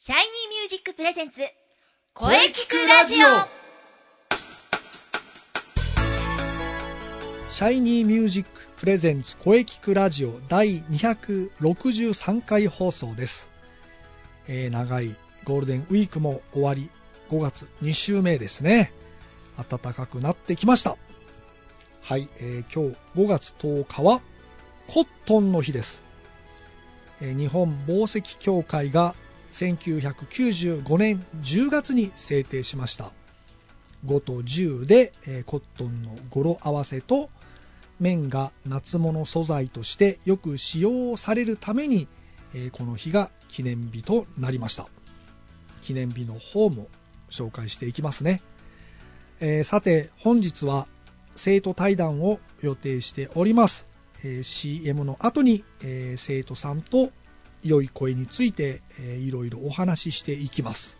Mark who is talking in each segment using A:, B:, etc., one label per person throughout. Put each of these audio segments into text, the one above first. A: シャイニーミュージックプレゼンツ
B: 声聞くラジオ
C: シャイニーミュージックプレゼンツ声聞くラジオ第263回放送です、えー長いゴールデンウィークも終わり5月2週目ですね暖かくなってきましたはい、えー今日5月10日はコットンの日です、えー日本紡績協会が1995年10月に制定しました5と10で、えーコットンの語呂合わせと綿が夏物素材としてよく使用されるために、えーこの日が記念日となりました記念日の方も紹介していきますね、えーさて本日は生徒対談を予定しております、えー CM の後に、えー生徒さんと良い声について、えーいろいろお話ししていきます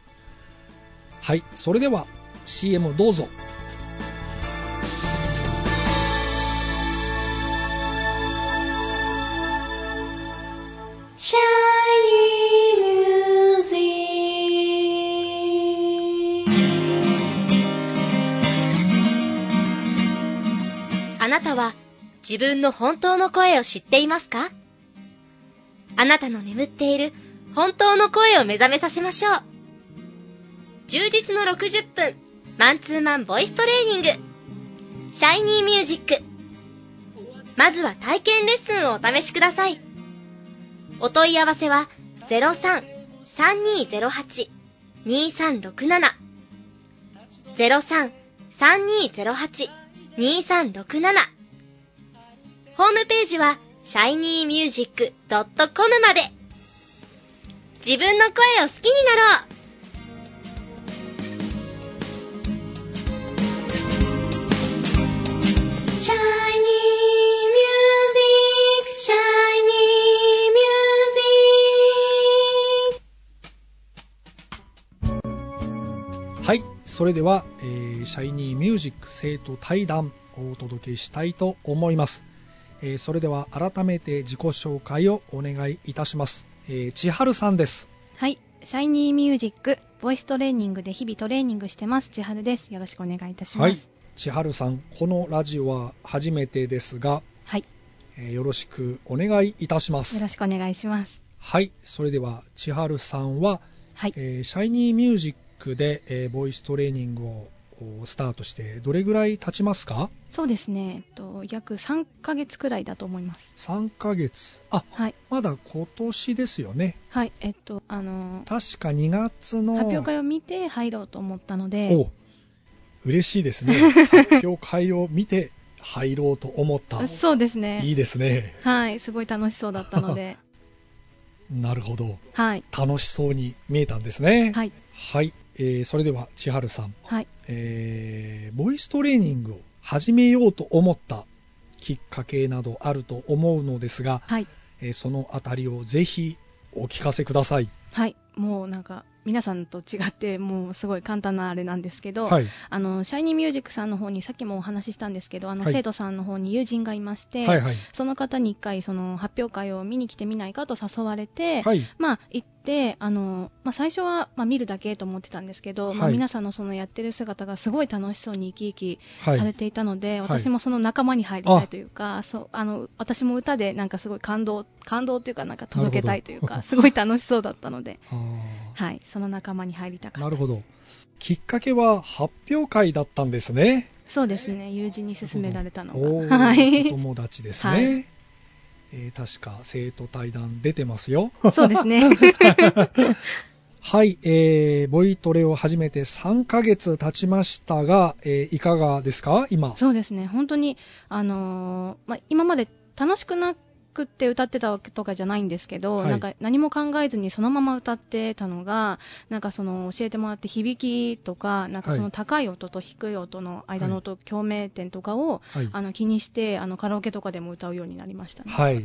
C: はいそれでは CM どうぞ
A: シャイニーミュージックあなたは自分の本当の声を知っていますかあなたの眠っている本当の声を目覚めさせましょう充実の60分マンツーマンボイストレーニングシャイニーミュージックまずは体験レッスンをお試しくださいお問い合わせは03-3208-2367 03-3208-2367ホームページは shinymusic.com まで自分の声を好きになろうシャイニーミュージック、シャイニーミュージック。
C: はい、それでは、えーシャイニーミュージック生徒対談をお届けしたいと思います、えーそれでは改めて自己紹介をお願いいたします、えー、千春さんです
D: はい、シャイニーミュージック、ボイストレーニングで日々トレーニングしてます、千春です。よろしくお願いいたします。
C: 千春さんこのラジオは初めてですが、
D: はい、
C: えーよろしくお願いいたしま
D: よ
C: す
D: ろしくお願いします。
C: はいそれでは千春さんは、
D: はい、
C: えーシャイニーミュージックで、えーボイストレーニングをこうスタートしてどれぐらい経ちますか
D: そうですね、えっと、約3ヶ月くらいだと思います。
C: 3ヶ月あ
D: はい、
C: まだ今年ですよね
D: はい、えっと、あのー、
C: 確か2月の
D: 発表会を見て入ろうと思ったので、
C: お嬉しい ですね発表会を見て入ろうと思った
D: そうですね。
C: いいですね
D: はい、すごい楽しそうだった ので、
C: なるほど
D: はい、
C: 楽しそうに見えたんですね、
D: はいい、
C: えーそれでは千春さん、
D: はい。
C: えーボイストレーニングを始めようと思ったきっかけなどあると思うのですが、
D: はい
C: えーそのあたりをぜひお聞かせください
D: はい、もうなんか皆さんと違ってもうすごい簡単なあれなんですけど、
C: はい、
D: あのシャイニーミュージックさんの方にさっきもお話ししたんですけどあの、
C: はい
D: 生徒さんの方に友人がいまして、
C: はいはい
D: その方に1回その発表会を見に来てみないかと誘われて、
C: はい
D: まあ、行ってあの、まあ、最初は、まあ、見るだけと思ってたんですけど、ま
C: は
D: あ、
C: い
D: 皆さんのそのやってる姿がすごい楽しそうに生き生
C: は
D: きされ
C: い
D: ていたので、
C: はい
D: 私もその仲間に入りたいというかそうあの私も歌でなんかすごい感動感動というかなんか届けたいという
C: なる
D: かすごい楽しそうだったので、
C: あー
D: はい、その仲間に入りたか
C: な
D: った
C: るほど。きっかけは発表会だったんですね。
D: そうですね友人に勧められたの
C: お
D: が。 は
C: ーお
D: い
C: 友達ですね。
D: はい
C: えー確か生徒対談出てますよ。
D: そうで すね。
C: はい、えー、ボイトレを始めて3ヶ月経ちましたが、えーいかがですか今。
D: そうですね。本当に、あのーまあ、今まで楽しくなくって歌ってたわけとかじゃないんですけど、
C: はい
D: なんか何も考えずにそのまま歌ってたのが、なんかその教えてもらって響きとか、なんかそ
C: は
D: の
C: い
D: 高い音と低い音の間の音、共鳴点とかを、
C: はい。
D: あの気にして、あのカラオケとかでも歌うようになりましたね。
C: はい。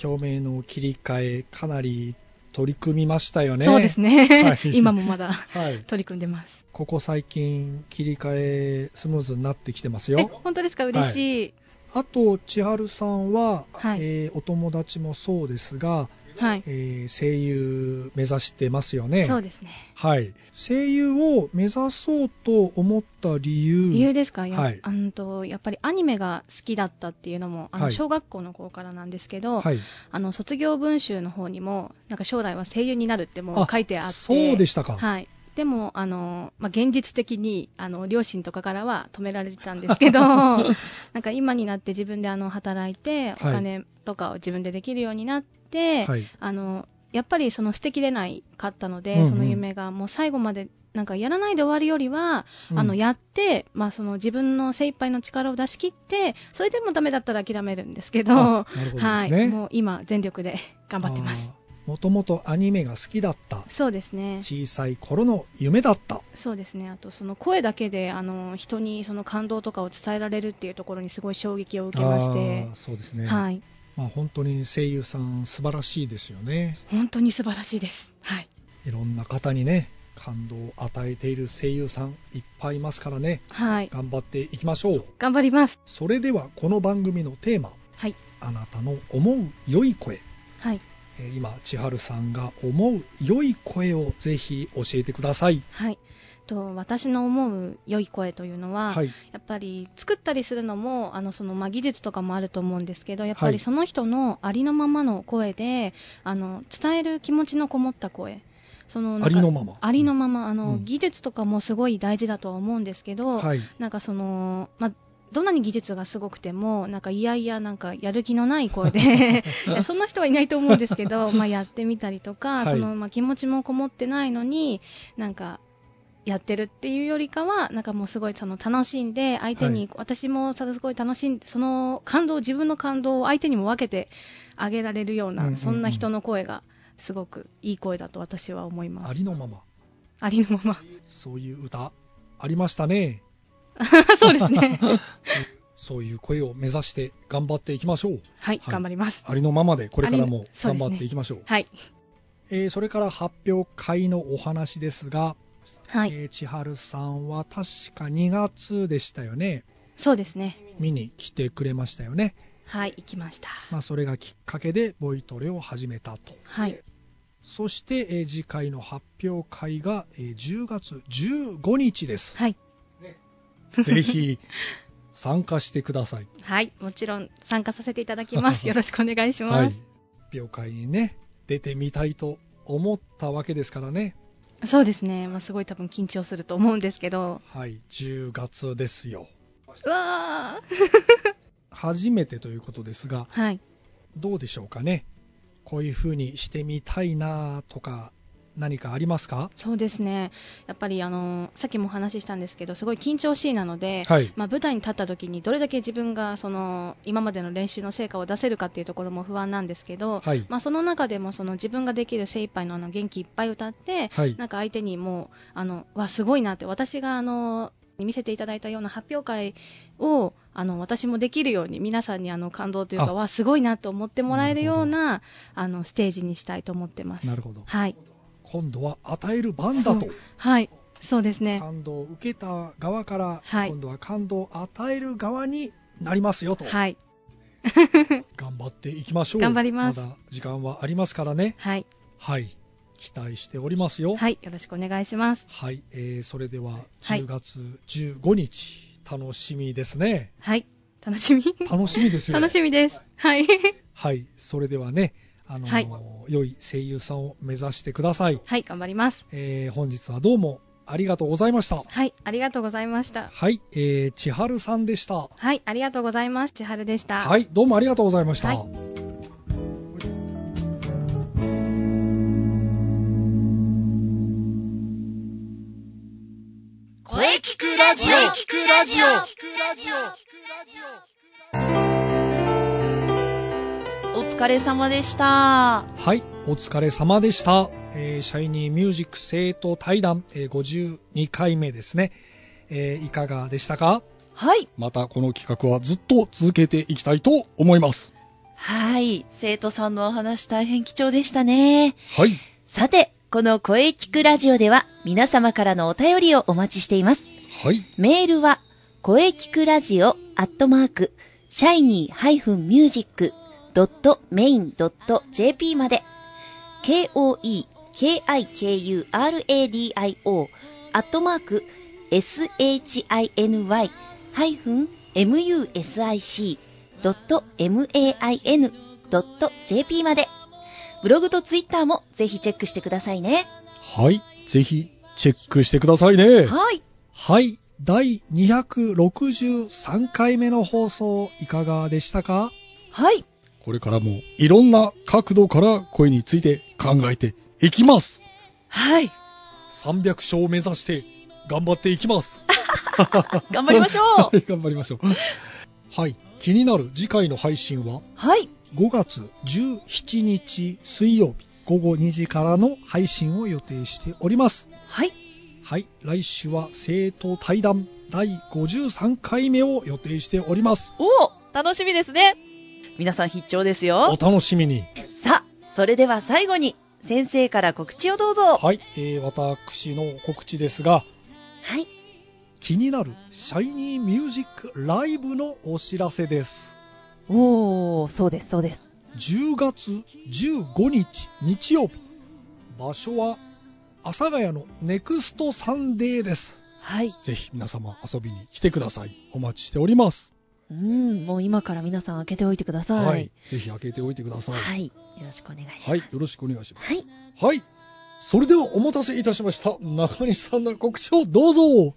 C: 共鳴の切り替え、かなり取り組みましたよね。
D: そうです
C: ね。
D: ね。
C: はい
D: 今もまだ
C: はい。
D: 取り組んでます。
C: ここ最近切り替えスムーズになってきてます
D: え、
C: よ。
D: 本当ですか嬉しい。
C: あと千春さんは、
D: はい
C: えーお友達もそうですが、
D: はい
C: えー声優目指してますよね。
D: そうですね
C: はい。声優を目指そうと思った理由。
D: 理由ですか、や
C: はい
D: あんとやっぱりアニメが好きだったっていうのもあ
C: は
D: の
C: い
D: 小学校の頃からなんですけど、
C: はい。
D: あの卒業文集の方にもなんか将来は声優になるっても
C: あ
D: う書いてあって
C: そうでしたか。
D: はい、でもあの、まあ、現実的にあの両親とかからは止められてたんで すけどなんか今になって自分であの働いてお
C: はい
D: 金とかを自分でできるようになって、
C: はい。
D: あのやっぱりその捨てきれないかったので、
C: うんうん
D: その夢がもう最後までなんかやらないで終わるよりは、あの
C: うん
D: やって、まあ、その自分の精一杯の力を出し切ってそれでもダメだったら諦めるんですけど
C: あなるほどですね
D: はい、もう今全力で 頑張ってます。
C: あー。もともとアニメが好きだった。
D: そうですね
C: 小さい頃の夢だった。
D: そうですねあとその声だけであの人にその感動とかを伝えられるっていうところにすごい衝撃を受けまして
C: あー、そうですね。
D: はい、
C: まあ本当に声優さん素晴らしいですよね。
D: 本当に素晴らしいです、はい、
C: いろんな方にね、感動を与えている声優さんいっぱいいますからね。
D: はい、
C: 頑張っていきましょう。
D: 頑張ります、
C: それではこの番組のテーマ、
D: はい
C: あなたの思う良い声。
D: はい
C: えー今、千春さんが思う良い声をぜひ教えてください。
D: はい、と私の思う良い声というのは、
C: はい。
D: やっぱり作ったりするのもあのその、まあ、技術とかもあると思うんですけどやっぱ
C: はい
D: りその人のありのままの声であの伝える気持ちのこもった声そのなんか
C: ありのまま。
D: ありのままあ
C: う
D: の、
C: ん
D: 技術とかもすごい大事だとは思うんですけど、
C: はい。
D: なんかその、まあ、どんなに技術がすごくても、なんかいやいや、なんかやる気のない 声で、いやそんな人はいないと思うんですけど、まあやってみたりと
C: は
D: か、
C: い
D: そのまあ気持ちもこもってないのに、なんか、やってるっていうよりかは、なんかもうすごいその楽しんで、相手に、私もただすごい楽しんで、その感動、自分の感動を相手にも分けてあげられるような、
C: うんうんうん
D: そんな人の声が、すごくいい声だと私は思いま
C: あ
D: す。
C: りのまま。
D: ありのま
C: そういう歌、ありましたね。
D: ま。そうですね。
C: そういう声を目指して頑張っていきましょう。
D: はい、頑張ります。
C: ありのままでこれから
D: あ
C: も
D: りのそう
C: 頑
D: ですね
C: 張っていきましょう。
D: はい。
C: えーそれから発表会のお話ですが、
D: はい。
C: えー千春さんは確か2月でしたよね。
D: そうですね。
C: 見に来てくれましたよね。
D: はい、行きました。
C: まあ、それがきっかけでボイトレを始めたと。
D: はい。
C: そして、えー次回の発表会が、えー10月15日です。
D: はい。
C: ぜひ参加してください。
D: はい。もちろん参加させていただき ます。よろしくお願いします。
C: はい。発表会にね、出てみたいと思ったわけですからね。
D: そうですね。まあ、すごい多分緊張すると思うんですけど。
C: はい、10月ですよ。
D: うわー。
C: 初めてということですが、
D: はい。
C: どうでしょうかね。こういう風にしてみたいなとか、何かありますか
D: そうですね。やっぱり、あの、さっきもお話ししたんですけど、すごい緊張しいなので、
C: はい。
D: まあ、舞台に立った時にどれだけ自分がその今までの練習の成果を出せるかっていうところも不安なんですけど、
C: はい。
D: まあ、その中でもその自分ができる精一杯のあの元気いっぱい歌って、
C: はい。
D: なんか相手にもう、あの、わ、すごいなって、私があの、見せていただいたような発表会を、あの、私もできるように、皆さんにあの、感動という
C: あ
D: か、わ、すごいなと思ってもらえるような、
C: な
D: あの、ステージにしたいと思ってます。
C: なるほど。
D: はい。
C: 今度は与える番だと
D: そ。はい。そうですね。
C: 感動を受けた側から、
D: はい
C: 今度は感動を与える側になりますよと、
D: はい。
C: 頑張っていきましょう
D: 頑張ります
C: まだ時間はありますからね
D: はい。
C: はい期待しておりますよはい、
D: はい。よろしくお願いします。
C: えーそれでは
D: はい
C: 10月15日、楽しみです ね
D: はい。楽しみ
C: 楽しみですよ
D: 楽しみです。はい。
C: はいそれではねあのー
D: はい
C: 良い声優さんを目指してください、
D: はい。頑張ります。
C: えー本日はどうもありがとうございました
D: はい。ありがとうございました。
C: はい、えー、千春さんでした
D: はい。ありがとうございます。千春でした。
C: はい、どうもありがとうございました。
D: はい
B: 声聞くラジオ声聞くラジオ
E: お疲れ様でした。
C: はい、お疲れ様でした。えーシャイニーミュージック生徒対談、えー52回目ですね。えーいかがでしたか
E: はい。
C: またこの企画はずっと続けていきたいと思います。
E: はい。生徒さんのお話大変貴重でしたね。
C: はい、
E: さて、この声聞くラジオでは皆様からのお便りをお待ちしています。
C: はい、
E: メールは、声聞くラジオアットマーク、シャイニー -music.main.jp まで。 k-o-e-k-i-k-u-r-a-d-i-o アットマーク shiny-music.main.jp までブログとツイッターもぜひチェックしてくださいね。
C: はい。ぜひ、チェックしてくださいね。
E: はい。
C: はい。第263回目の放送、いかがでしたか
E: はい。
C: これからも、いろんな角度から声について考えていきます。
E: はい。
C: 300勝を目指して、頑張っていきます。
E: 頑張りましょう。
C: う頑張りましょう。はい。気になる次回の配信は、
E: はい。
C: 5月17日水曜日午後2時からの配信を予定しております。
E: はい。
C: はい、来週は生徒対談第53回目を予定しております。
E: おお楽しみですね。皆さん必聴です
C: お
E: よ。
C: 楽しみに。
E: さあ、それでは最後に、先生から告知をどうぞ。
C: はい、えー私の告知ですが、
E: はい。
C: 気になるシャイニーミュージックライブのお知らせです。
E: おー、そうです、そうです。
C: 10月15日日曜日。場所は阿佐ヶ谷のネクストサンデーです。
E: はい。
C: ぜひ皆様遊びに来てください。お待ちしております。
E: うん、もう今から皆さん開けておいてください。はい。。
C: ぜひ開けておいてください。はい。
E: よろしくお願いします。
C: よろしくお願いしま
E: はい。
C: す。はい。それではお待たせいたしました。中西さんの告知をどうぞ。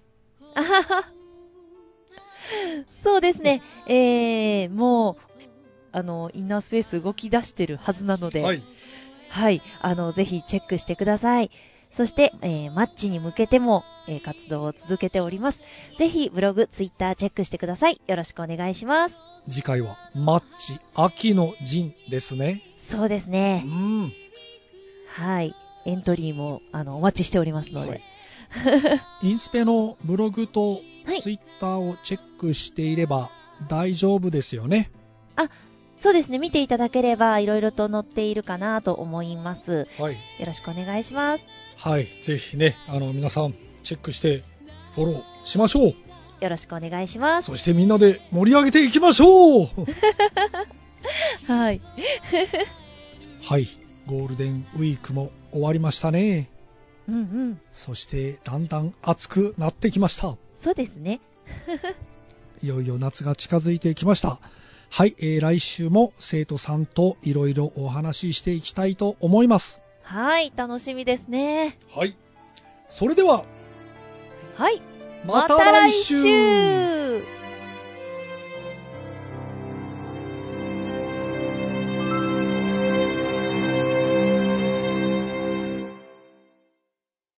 E: あはは。 そうですね。えー、もう、あの、インナースペース動き出してるはずなので、
C: はい。
E: はい。あの、ぜひチェックしてください。そして、えーマッチに向けても、えー活動を続けております。ぜひ、ブログ、ツイッターチェックしてください。よろしくお願いします。
C: 次回はマッチ秋の陣ですね。
E: そうです
C: う
E: ね。
C: ん。
E: はい。エントリーも、あの、お待ちしておりますので。
C: はいインスペのブログと
E: はい
C: ツイッターをチェックしていれば大丈夫ですよね。
E: そうですね。見ていただければ、いろいろと載っているかなと思います。
C: はい。
E: よろしくお願いします。
C: はい。ぜひね、あの皆さんチェックしてフォローしましょう。
E: よろしくお願いします。
C: そしてみんなで盛り上げていきましょう
E: はい。
C: はい、ゴールデンウィークも終わりましたね。
E: うんうん。
C: そしてだんだん暑くなってきました。
E: そうですね。
C: いよいよ夏が近づいてきました。はい、えー来週も生徒さんといろいろお話ししていきたいと思います。
E: はい。楽しみですね。
C: はい。それでは、
E: はい。
C: また来週
E: また来週